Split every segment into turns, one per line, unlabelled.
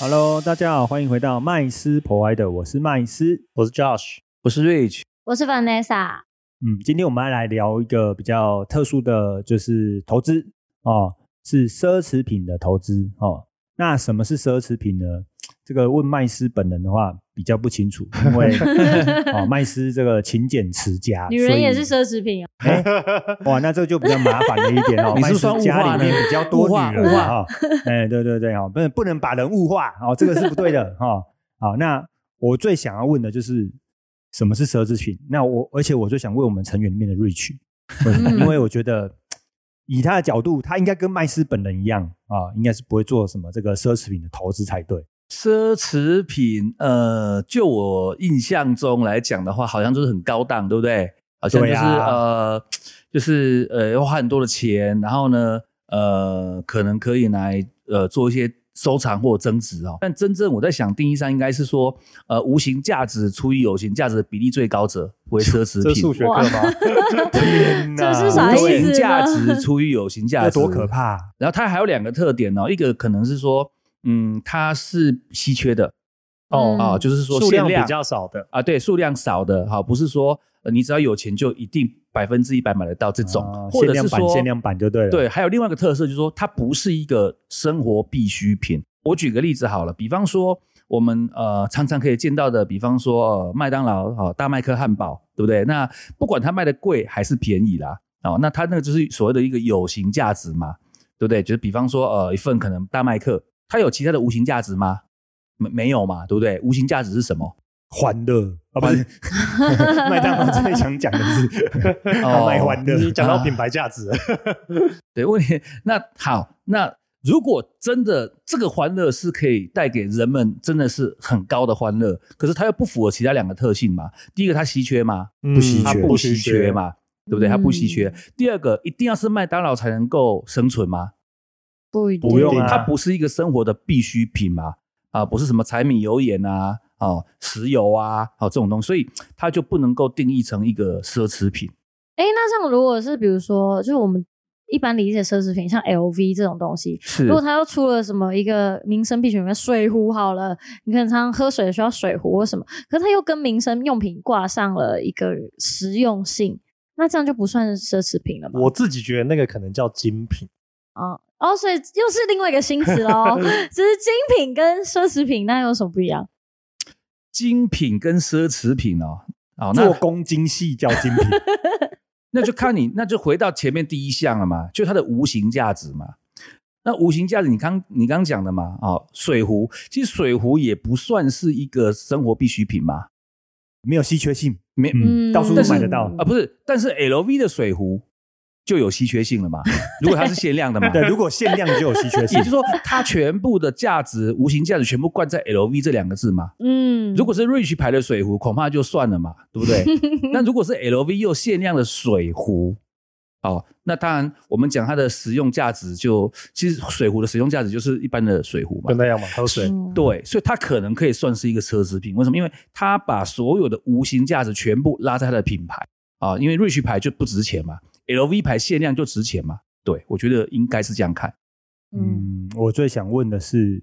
Hello，大家好，欢迎回到麦斯 Provider，我是麦斯，
我是 Josh。
我是 Rich，
我是 Vanessa，
嗯，今天我们要来聊一个比较特殊的，就是投资哦，是奢侈品的投资哦。那什么是奢侈品呢？这个问麦斯本人的话比较不清楚，因为 哦，麦斯这个勤俭持家，
女人也是
所
奢侈品哦。
。
以哇，那这个就比较麻烦了一点哦
你是
麦斯
说物
家
化
里
呢
面比较多
物化
女人
物化
啊、哦，哎，对对对哦，不能不能把人物化哦，这个是不对的哈、哦。好，那我最想要问的就是什么是奢侈品？那我而且我最想问我们成员里面的 Rich，
嗯
因为我觉得以他的角度，他应该跟麦斯本人一样啊，应该是不会做什么这个奢侈品的投资才对。
奢侈品，呃，就我印象中来讲的话，好像就是很高档，对不对？好像就
对
是、
啊
呃，就是呃要花很多的钱，然后呢，呃，可能可以来呃做一些收藏或增值哦。但真正我在想定义上应该是说，呃，无形价值除以有形价值的比例最高者为奢侈
这
品。
是数学课 吗？
天哪
这是啥意思
无
呢
形价值除以有形 价
这
值，
多可怕！啊
然后它还有两个特点哦，一个可能是说，嗯，它是稀缺的
哦
啊、就是说
数量
限
比较少的，
啊，对，数量少的哈、不是说、呃你只要有钱就一定百分之一百买得到这种，
啊
或者
限量
是
版
说
限量版就对了啊
对，还有另外一个特色就是说，它不是一个生活必需品。我举个例子好了，比方说我们呃常常可以见到的，比方说呃麦当劳啊、大麦克汉堡，对不对？那不管它卖的贵还是便宜啦，哦，那它那个就是所谓的一个有形价值嘛，对不对？就是比方说呃一份可能大麦克，它有其他的无形价值吗？没没有嘛，对不对？无形价值是什么？
欢乐啊，不是 麦当劳最想讲的是
哦
卖欢乐。
你讲到品牌 价值，
对，问题那好，那如果真的这个欢乐是可以带给人们真的是很高的欢乐，可是它又不符合其他两个特性嘛？第一个它稀缺嘛，
嗯
不稀
它
缺
不稀缺，嘛，对不对？它不稀缺
嗯。
第二个，一定要是麦当劳才能够生存吗？
不一定
不用啊
它不是一个生活的必需品嘛，啊，不是什么柴米油盐啊，哦，石油啊，哦这种东西，所以它就不能够定义成一个奢侈品。
哎，那像如果是比如说，就是我们一般理解奢侈品，像 LV 这种东西，
是
如果它又出了什么一个民生必需品，水壶好了，你可能常常喝水需要水壶或什么，可是它又跟民生用品挂上了一个实用性，那这样就不算奢侈品了吗？
我自己觉得那个可能叫精品。
哦哦，所以又是另外一个新词喽，就是精品跟奢侈品那有什么不一样？
精品跟奢侈品哦，哦，那
做工精细叫精品，
那就看你，那就回到前面第一项了嘛，就它的无形价值嘛。那无形价值你，刚你刚讲的嘛，哦，水壶，其实水壶也不算是一个生活必需品嘛，
没有稀缺性，
没
嗯，
嗯
到处都
但是
买得到。
啊，不是，但是 LV 的水壶就有稀缺性了嘛，如果它是限量的嘛，
对，如果限量就有稀缺
也
性
就是，说它全部的价值，无形价值全部灌在 LV 这两个字嘛。
嗯，
如果是 Rich 牌的水壶，恐怕就算了嘛，对 不对？那如果是 LV 又限量的水壶，哦，那当然我们讲它的实用价值就，其实水壶的实用价值就是一般的水壶嘛
就。那样嘛，喝水。
嗯
对，所以它可能可以算是一个奢侈品。为什么？因为它把所有的无形价值全部拉在它的品牌啊、因为 Rich 牌就不值钱嘛，LV 牌限量就值钱嘛。对，我觉得应该是这样看。
嗯，
嗯，我最想问的是，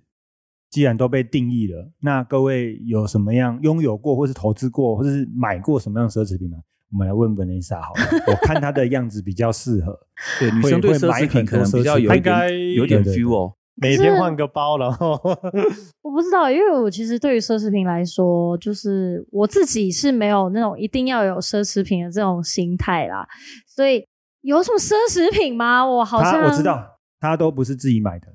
既然都被定义了，那各位有什么样拥有过，或是投资过，或是买过什么样的奢侈品吗？我们来问 Vanessa 好了，我看她的样子比较适合。
对，女
会
生对
会
奢
买
侈品
很
可
多
能
奢
比较
侈
有一
品应该
点有一点
对对对
feel 哦。
每天换个包，然后
我不知道，因为我其实对于奢侈品来说，就是我自己是没有那种一定要有奢侈品的这种心态啦，所以有什么奢侈品吗？我好像哎
她我知，道，她都不是自己买 的，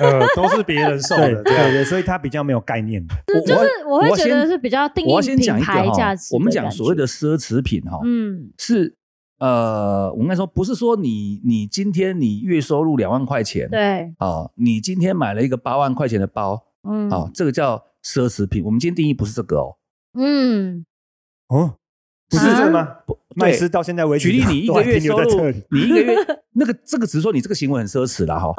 呃都是别人送
对
的，
对
这样
对，所以她比较没有概念。
我
就是我会
要
觉
先
得是比较定
我要
义
先讲
品
一个
牌
哈
价值。
我们讲所谓的，奢侈品哈、
嗯
是呃，我应该说不是说你你今天你月收入两万块钱，
对，
啊、你今天买了一个八万块钱的包，
嗯
哦啊、这个叫奢侈品。我们今天定义不是这个哦，
嗯，
哦，不是
啊
这个吗？麦斯到现在为止，
举例，你一
都
个
还
月
停留
收
在
入
这里，
你一个 月那个这个只是说你这个行为很奢侈啦哈，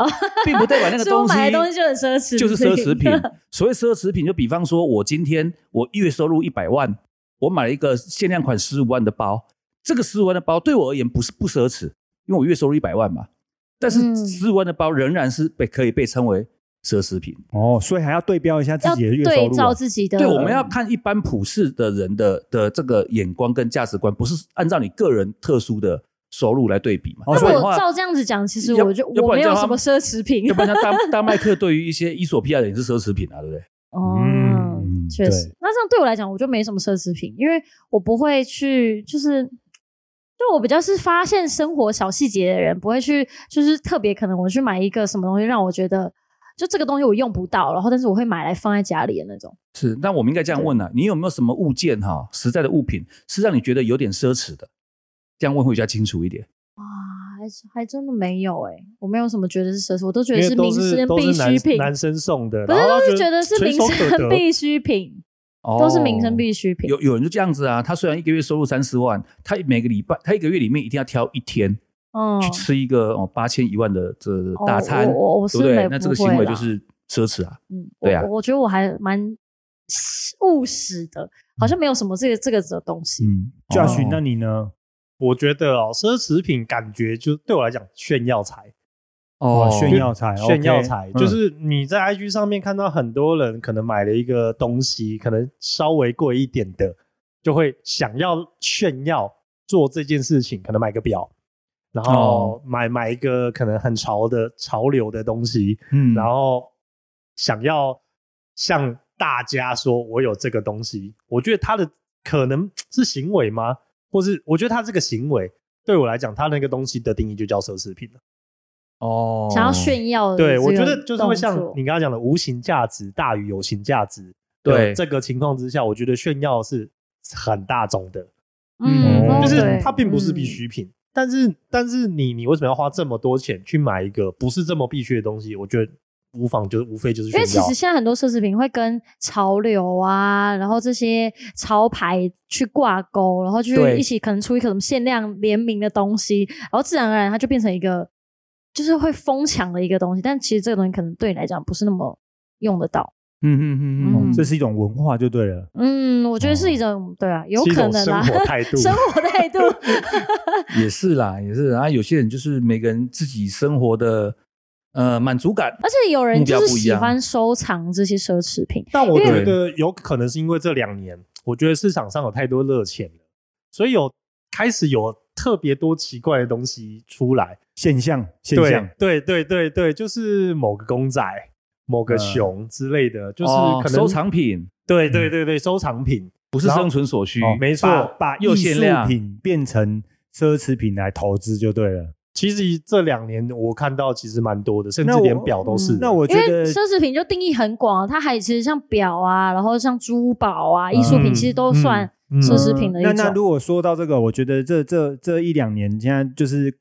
并不代表那个
所以我
东西
哦买的东西就很奢侈，
就是奢侈品。所谓奢侈品，就比方说，我今天我月收入一百万，我买了一个限量款十五万的包，这个十五万的包对我而言不是不奢侈，因为我月收入一百万嘛。但是
嗯
十五万的包仍然是被可以被称为奢侈品。
哦，所以还要对标一下自
要
己的月收
对
入啊
照。自己的，
对，我们要看一般普世的人的的这个眼光跟价值观，不是按照你个人特殊的收入来对比嘛。
哦
要不然
那
的
我
话，
照这样子讲，其实
要
我就
要不
我
然
没
这
有
样
什么奢侈品
要。不然 像大大麦克对于一些伊索比亚人也是奢侈品啊，对不对？
哦，
嗯
确实
对。
那这样对我来讲，我就没什么奢侈品，因为我不会去，就是，就我比较是发现生活小细节的人，不会去，就是特别可能我去买一个什么东西，让我觉得就这个东西我用不到，然后但是我会买来放在家里的那种。
是，那我们应该这样问啊，你有没有什么物件哈、实在的物品是让你觉得有点奢侈的？这样问会比较清楚一点。
哇，还还真的没有哎、我没有什么觉得是奢侈，我都觉
因
得
为都
民
是
生
都
必
是
需
男
品，
男生送的，
啊不是
然后
都是
就
觉得是
垂
民
手可
生
得
必需品，
哦
都是民生必需品。
有有人就这样子啊，他虽然一个月收入三十万，他每个礼拜他一个月里面一定要挑一天
嗯
去吃一个哦八千一万的这大餐，
哦我我我是
对不对
没？
那这个
不会
行为
啦
就是奢侈啊。
嗯，
对啊
我我觉得我还蛮务实的，
嗯
好像没有什么这个这个的东西。
嗯，Josh，那你呢？
我觉得哦，奢侈品感觉就对我来讲炫耀财，
哦，炫耀财，
炫耀
OK
财
嗯
就是你在 IG 上面看到很多人可能买了一个东西，可能稍微贵一点的，就会想要炫耀做这件事情，可能买个表，然
哦
后买买一个可能很潮的潮流的东西，
嗯
然后想要向大家说我有这个东西。我觉得他的可能是行为吗？或是我觉得他这个行为对我来讲，他那个东西的定义就叫奢侈品了。
哦，
想要炫耀的这
对，
个动
我
作，
觉得就是会像你刚刚讲的，无形价值大于有形价值。
对
这个情况之下，我觉得炫耀是很大众的，
嗯
哦
嗯就
对
是它并不是必。需品。但是，但是你你为什么要花这么多钱去买一个不是这么必须的东西？我觉得无妨，就是无非就是
因
炫
为其
耀
实。现在很多奢侈品会跟潮流啊，然后这些潮牌去挂钩，然后去
对
一起可能出一个什么限量联名的东西，然后自然而然它就变成一个就是会疯抢的一个东西。但其实这个东西可能对你来讲不是那么用得到。
嗯嗯嗯嗯
嗯
这是一种文化就对了。
嗯，我觉得是一种、对啊，有
哦是一
可
种
能啦，
生活态 度
生活 态度
嗯，也是啦，也是。然后有些人就是每个人自己生活的呃满足感，
而且有人
目标
就
不
是
一
喜
样
欢收藏这些奢侈品，
但我
因
为
觉得有可能是因为这两年，我觉得市场上有太多热钱了，所以有开始有特别多奇怪的东西出来。
现象，现象，
对对对对对，就是某个公仔、某个熊之类的，就是
哦
可能、
收藏。品
对对对对，收藏品。
不是
然后
生存所需，
哦
没错
把把
又
艺
限
术
量
品变成奢侈品来投资就对了。
其实这两年我看到其实蛮多的，甚至
那我
连表都是。
嗯
那我觉
因为
得
奢侈品就定义很广啊，它还其实像表啊，然后像珠宝啊、
嗯
艺术品，其实都算
嗯嗯
奢侈品的一
那
种。
那如果说到这个，我觉得这这这一两年现在就是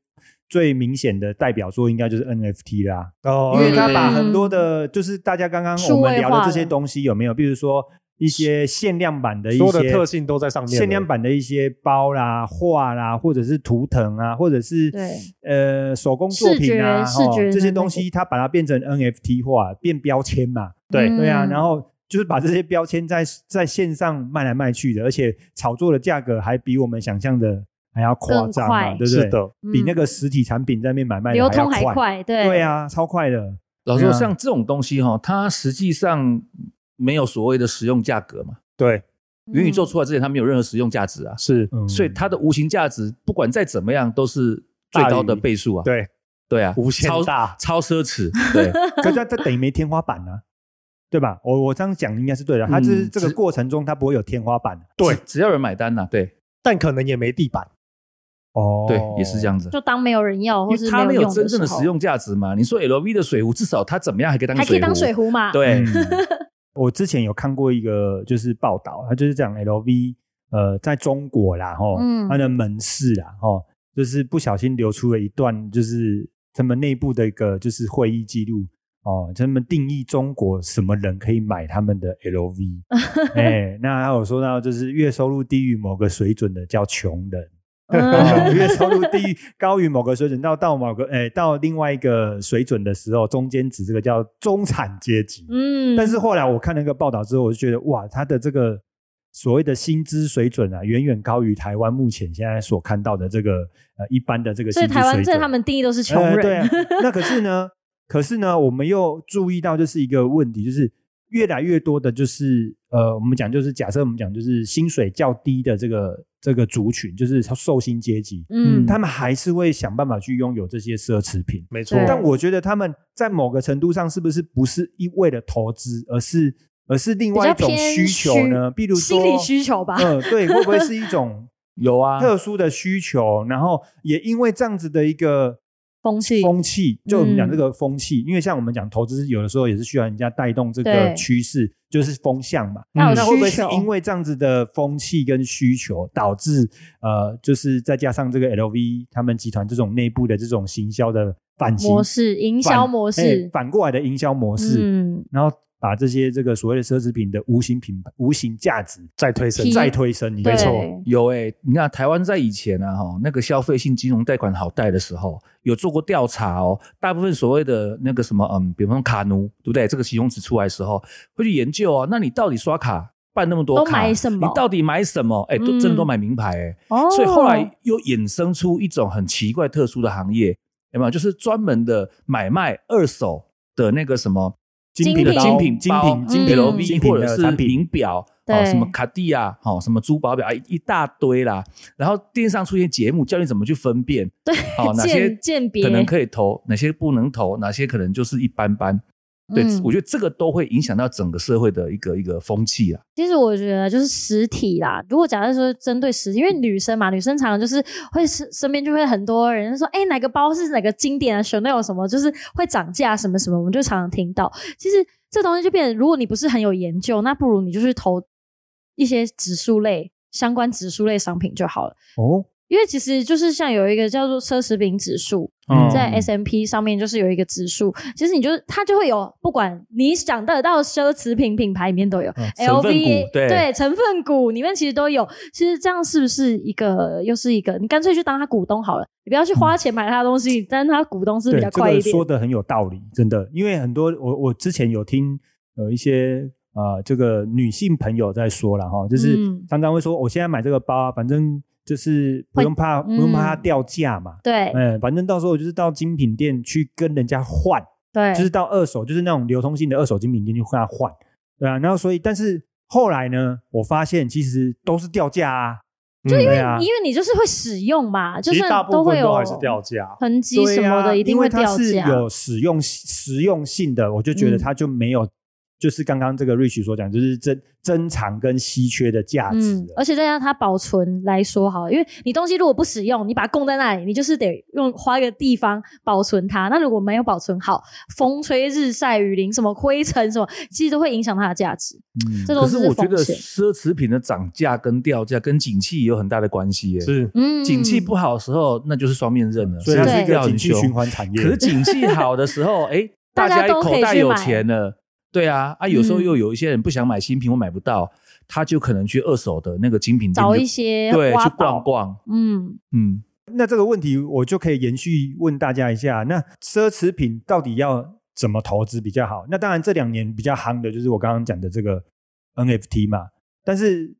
最明显的代表作，应该就是 NFT 啦。
哦
因为
他
它把
嗯
很多的，就是大家刚刚我们聊的这些东西有没有，比如说一些限量版的一
所有的
些
特性都在上面了
限量版的一些包啦、画啦，或者是图腾啊，或者是
对
呃手工作品啊，
视觉
哦
视觉的
这些
那个
东西，它把它变成 NFT 化，变标签嘛。
对
嗯
对啊，然后就是把这些标签在在线上卖来卖去的，而且炒作的价格还比我们想象的还要夸张嘛，
更快嗯
对不对？
是，的，
比那个实体产品在那边买卖的
流
要
通还
快。
快，对
对，啊，超快的。
老实说，
对啊
像这种东西哈、它实际上没有所谓的使用价格嘛。
对，
嗯
元宇宙出来之前，它没有任何使用价值啊，
是，
嗯
所以它的无形价值不管再怎么样都是最高的倍数啊。
对，
对啊，
无限
超
大
超奢 侈。对，
可是它这等于没天花板啊，对吧？我我这样讲应该是对的，它
嗯
就是这个
只
过程中它不会有天花板。啊
对
只只要有人买单呐、对
但可能也没地板。
哦，
对，也是这。样子。
就当没有人要，
因
或
为
是
它没有
有用
真正的
时候
使，用价值嘛。你说 LV 的水壶，至少它怎么样还可以当
还可以当水
水壶。
壶啊嘛？，
对，
嗯我之前有看过一个就是报道，他就是讲 LV 呃在中国啦，吼，
嗯
它的门市啦，吼，就是不小心流出了一段就是他们内部的一个就是会议记录，哦，他们定义中国什么人可以买他们的 LV，哎，那还有说到就是月收入低于某个水准的叫穷人， 哦
嗯
月收入低于高于某个水准到到某个哎到另外一个水准的时候，中间值这个叫中产阶级。
嗯，
但是后来我看那个报道之后，我就觉得哇，他的这个所谓的薪资水准啊，远远高于台湾目前现在所看到的这个呃一般的这个薪
所以
资水
台
准。
湾在他们定义都是穷
呃
人，
对啊 那可是呢，可是呢，我们又注意到就是一个问题，就是越来越多的，就是呃，我们讲就是假设我们讲就是薪水较低的这个这个族群，就是受薪阶级，
嗯，
他们还是会想办法去拥有这些奢侈品。
没错
对。
但我觉得他们在某个程度上，是不是不是一味的投资，而是而是另外一种
比较偏
需求呢？比如说
心理需求吧，
嗯、对，会不会是一 种
有啊，
特殊的需求？然后也因为这样子的一个
风气，
风气，就我们讲
嗯
这个风气，因为像我们讲投资，有的时候也是需要人家带动这个
对
趋势，就是风向嘛。
那有
那会不会
需
是
求，
因为这样子的风气跟需求，导致呃，就是再加上这个 LV 他们集团这种内部的这种行销的反型
模式、营
反
销模
哎
式，
反过来的营销模式，
嗯，
然后把这些这个所谓的奢侈品的无形品牌、无形价值
再推升
提
再推升，
对
没错，
有哎、你看台湾在以前啊，哈，那个消费性金融贷款好贷的时候，有做过调查哦。大部分所谓的那个什么，嗯，比方说卡奴，对不对？这个形容词出来的时候，会去研究哦。那你到底刷卡办那么多
都
卡，
买什么
你到底买什么？哎、都真的都
嗯
买名牌哎、
哦，
所以后来又衍生出一种很奇怪特殊的行业，有没有？就是专门的买卖二手的那个什么。
精
品
的
包
精
精
品、
品
精
包
品、精品、
嗯
LV
精
或
品
者
的
是
产品，
名表，
对
哦，什么卡地亚，哦，什么珠宝表，哎一大堆啦。然后电视上出现节目，教你怎么去分辨，
对，
哦，哪些
鉴鉴别
可能可以投，哪些不能投，哪些可能就是一般般。对，
嗯
我觉得这个都会影响到整个社会的一个一个风气啦。
其实我觉得就是实体啦，如果假设说针对实体，因为女生嘛，女生常常就是会身身边就会很多人说，哎、哪个包是哪个经典啊，Chanel 什么，就是会涨价什么什么，我们就常常听到。其实这东西就变成，如果你不是很有研究，那不如你就去投一些指数类相关指数类商品就好了，
哦，
因为其实就是像有一个叫做奢侈品指数，
嗯
在
嗯
S M P 上面就是有一个指数，其实你就是它就会有，不管你想得到奢侈品品牌里面都有、
嗯
L
成分
V，
股对
成分股里面其实都有。其实这样是不是一个又是一个？你干脆去当他股东好了，你不要去花钱买他的东西，但是他股东是比
嗯对，
较
这
快一
个
点。
说的很有道理，真的，因为很多我我之前有听有一些呃这个女性朋友在说了哈，就是
嗯
常常会说我现在买这个包啊，反正就是不
会
用怕、不用怕它
嗯
掉价嘛，
对
嗯，反正到时候我就是到精品店去跟人家换，
对，
就是到二手，就是那种流通性的二手精品店去跟他换，对啊，然后所以但是后来呢，我发现其实都是掉价啊，就因为啊
因为你就是会使用嘛，就
其实
算
大部
会
分
有
都还是掉价。
痕迹
对
什么
啊
的，一定
因为
会
它
掉
是
价。
有使用实用性的，我就觉得
嗯
它就没有，就是刚刚这个 Rich 所讲，就是珍珍藏跟稀缺的价值
嗯
了。，
而且再加上它保存来说好了，因为你东西如果不使用，你把它供在那里，你就是得用花一个地方保存它。那如果没有保存好，风吹日晒雨淋，什么灰尘什么，其实都会影响它的价值。
嗯
这
可
都
是我觉得
风险。
奢侈品的涨价跟掉价跟景气也有很大的关系耶、
是
嗯，
景气不好的时候，那就是双面刃了，
所以它是一
掉
个
很
景气
凶
循环产业。
可是景气好的时候，哎，
大家
家
都可以
口袋
去
有
买
钱了，对啊，啊，有时候
嗯
又有一些人不想买新品或买不到，他就可能去二手的那个精品店
找
就
一些
对
花
去
宝
逛，逛，
嗯，
嗯，
那这个问题我就可以延续问大家一下，那奢侈品到底要怎么投资比较好？那当然这两年比较夯的就是我刚刚讲的这个 NFT 嘛，但是。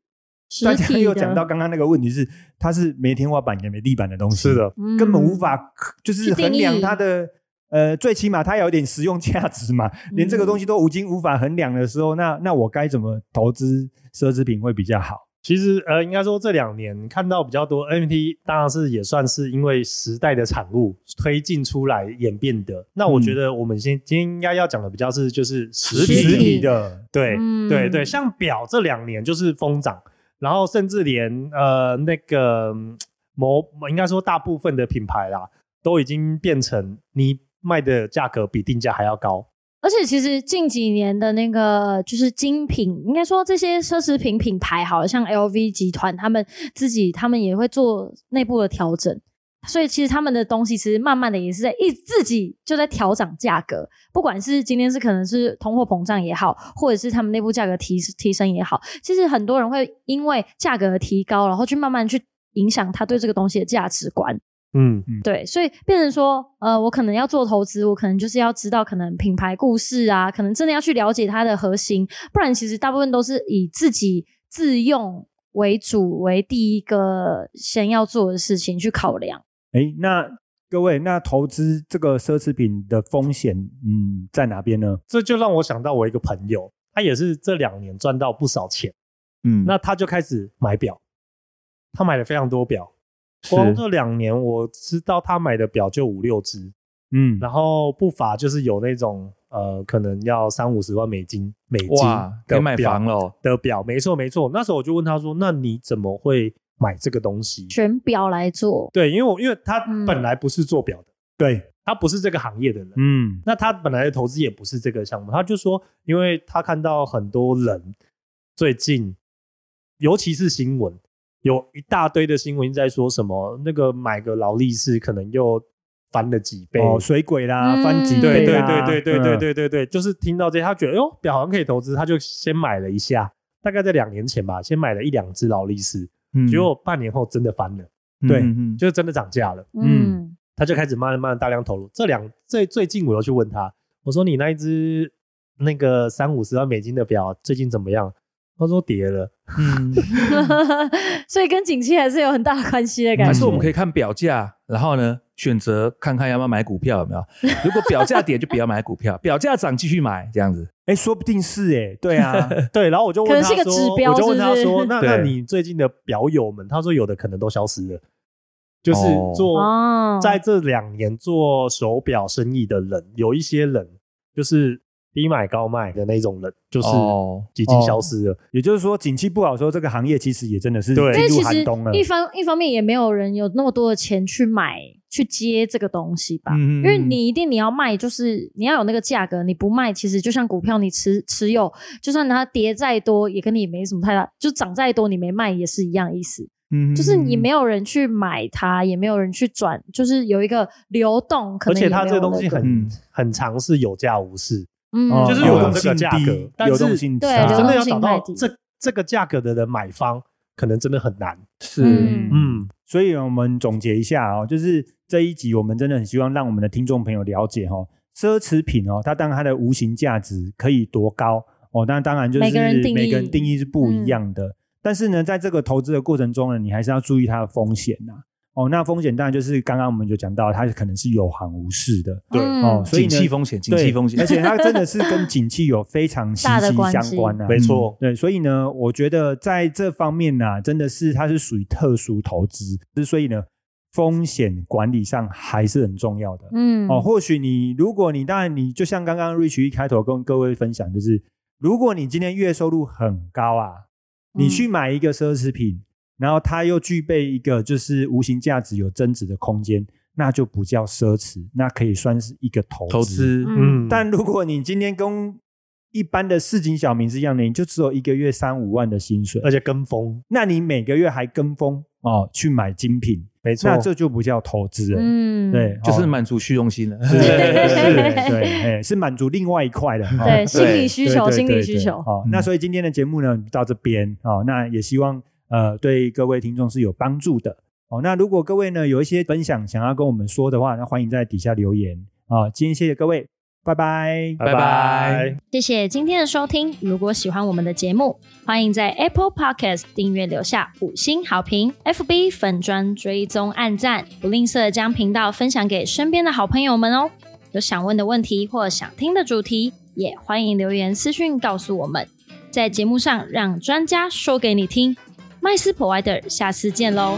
实
大家
体
又
的
讲到刚刚那个问题是，它是没天花板也没地板的东西，
是的，
嗯
根本无法可就是
去定
衡量
义
它的呃，最起码它有点实用价值嘛。
嗯
连这个东西都无经无法衡量的时候，那那我该怎么投资奢侈品会比较好？
其实呃，应该说这两年看到比较多 NFT，当然是也算是因为时代的产物推进出来演变的。那我觉得我们先今天应该要讲的比较是就是实
体
实
体
体的，
对、
嗯
对对，像表这两年就是疯涨，然后甚至连呃那个嗯某应该说大部分的品牌啦，都已经变成你卖的价格比定价还要高。
而且其实近几年的那个就是精品，应该说这些奢侈品品牌好，了，像 LV 集团他们自己，他们也会做内部的调整。所以其实他们的东西其实慢慢的也是在一自己就在调涨价格，不管是今天是可能是通货膨胀也好，或者是他们内部价格提提升也好，其实很多人会因为价格的提高，然后去慢慢去影响他对这个东西的价值观。
嗯，
对，所以变成说，呃，我可能要做投资，我可能就是要知道可能品牌故事啊，可能真的要去了解它的核心，不然其实大部分都是以自己自用为主为第一个先要做的事情去考量。
哎，那各位，那投资这个奢侈品的风险，嗯，在哪边呢？
这就让我想到我一个朋友，他也是这两年赚到不少钱，
嗯，
那他就开始买表，他买了非常多表，
是
光这两年我知道他买的表就五六只，
嗯，
然后不乏就是有那种呃，可能要三五十万美金美金
哇，可
的
以买
表
房了哦，
的表，没错没错。那时候我就问他说：“那你怎么会买这个东西
选表来做？”，
对，因为我因为他
嗯
本来不是做表的，
对，
他不是这个行业的人，
嗯
那他本来的投资也不是这个项目，他就说，因为他看到很多人最近，尤其是新闻，有一大堆的新闻在说什么那个买个劳力士可能又翻了几倍，
哦，水鬼啦，
嗯
翻几
对
倍
对
啦，
对对对对
嗯，
对对对，就是听到这些，他觉得哟，表好像可以投资，他就先买了一下，大概在两年前吧，先买了一两只劳力士，
嗯
结果半年后真的翻了，
对
嗯嗯
就真的涨价了。
嗯
嗯，
他就开始慢慢慢慢地大量投入。这两最最近我又去问他，我说你那一只那个三五十万美金的表最近怎么样？他说跌了。
嗯
所以跟景气还是有很大的关系的感
还
嗯
觉。
是我们可以看表价，然后呢选择看看要不要买股票有没有？如果表价跌就不要买股票，表价涨继续买这样子。
哎，说不定是哎，对 啊，
对，然后我就问
可
他
能
说，
是个指标
我就问他
是不
说，
是
那那
对
你最近的表友们，他说有的可能都消失了，就是
哦
做、
哦，
在这两年做手表生意的人，有一些人就是低买高卖的那种人，就是
哦
已经消失了。
也就是说，景气不好的时候，这个行业其实也真的是
对
但
进
是
入
其
寒
实
冬了。
一方一方面也没有人有那么多的钱去买去接这个东西吧，
嗯
因为你一定你要卖，就是你要有那个价格，你不卖，其实就像股票，你持持有，就算它跌再多，也跟你没什么太大，就涨再多，你没卖也是一样意
嗯
思。就是你没
有
有人去买它，也没有人去转，就是有一个流动，可
而
能
且
也没有
它这个东西
那个
很、
嗯
很尝试有价无市，
嗯，
哦
就是
流
有
动
这个
性
价
低
格但
哎流
是
动性
对
差
流动
啊真的要
性
找到
太低
这这个价格的人买方，可能真的很难。
是
嗯
嗯，
所以我们总结一下哦，就是这一集我们真的很希望让我们的听众朋友了解哦，奢侈品哦，它当然它的无形价值可以多高哦，那当然就是
每个人定义嗯
每个人定义是不一样的。但是呢，在这个投资的过程中呢，你还是要注意它的风险呐、哦，那风险当然就是刚刚我们就讲到，它可能是有行无市的，
对
嗯
哦所以
景
呢
气风险，景
对
气风险，
而且它真的是跟景气有非常息
大的
息
关
相
系
关 啊。
嗯没错，
对，所以呢，我觉得在这方面呢、真的是它是属于特殊投资，所以呢，风险管理上还是很重要的。
嗯
哦，或许你如果你当然你就像刚刚 Rich 一开头跟各位分享，就是如果你今天月收入很高啊，你
嗯
去买一个奢侈品，然后它又具备一个就是无形价值有增值的空间，那就不叫奢侈，那可以算是一个投
投资
嗯，
但如果你今天跟一般的市井小民是一样的，你就只有一个月三五万的薪水，
而且跟风，
那你每个月还跟风哦去买精品，
没错
那，这就不叫投资了。
嗯
对，
就是
哦
满足虚荣心了。
对对对
对
对对对，哎是满足另外一块的。哦
对心理
对
需求，
对对
心理
对
需
对
求，
哦，
嗯
那所以今天的节目呢到这边哦，那也希望呃对各位听众是有帮助的哦。那如果各位呢有一些分享想要跟我们说的话，那欢迎在底下留言啊、哦今天谢谢各位，拜拜。
拜拜。
谢谢今天的收听。如果喜欢我们的节目，欢迎在 Apple Podcast 订阅留下五星好评，FB 粉砖追踪按赞，不吝啬将频道分享给身边的好朋友们哦。有想问的问题或想听的主题，也欢迎留言私讯告诉我们，在节目上让专家说给你听。麦斯 Provider，下次见喽，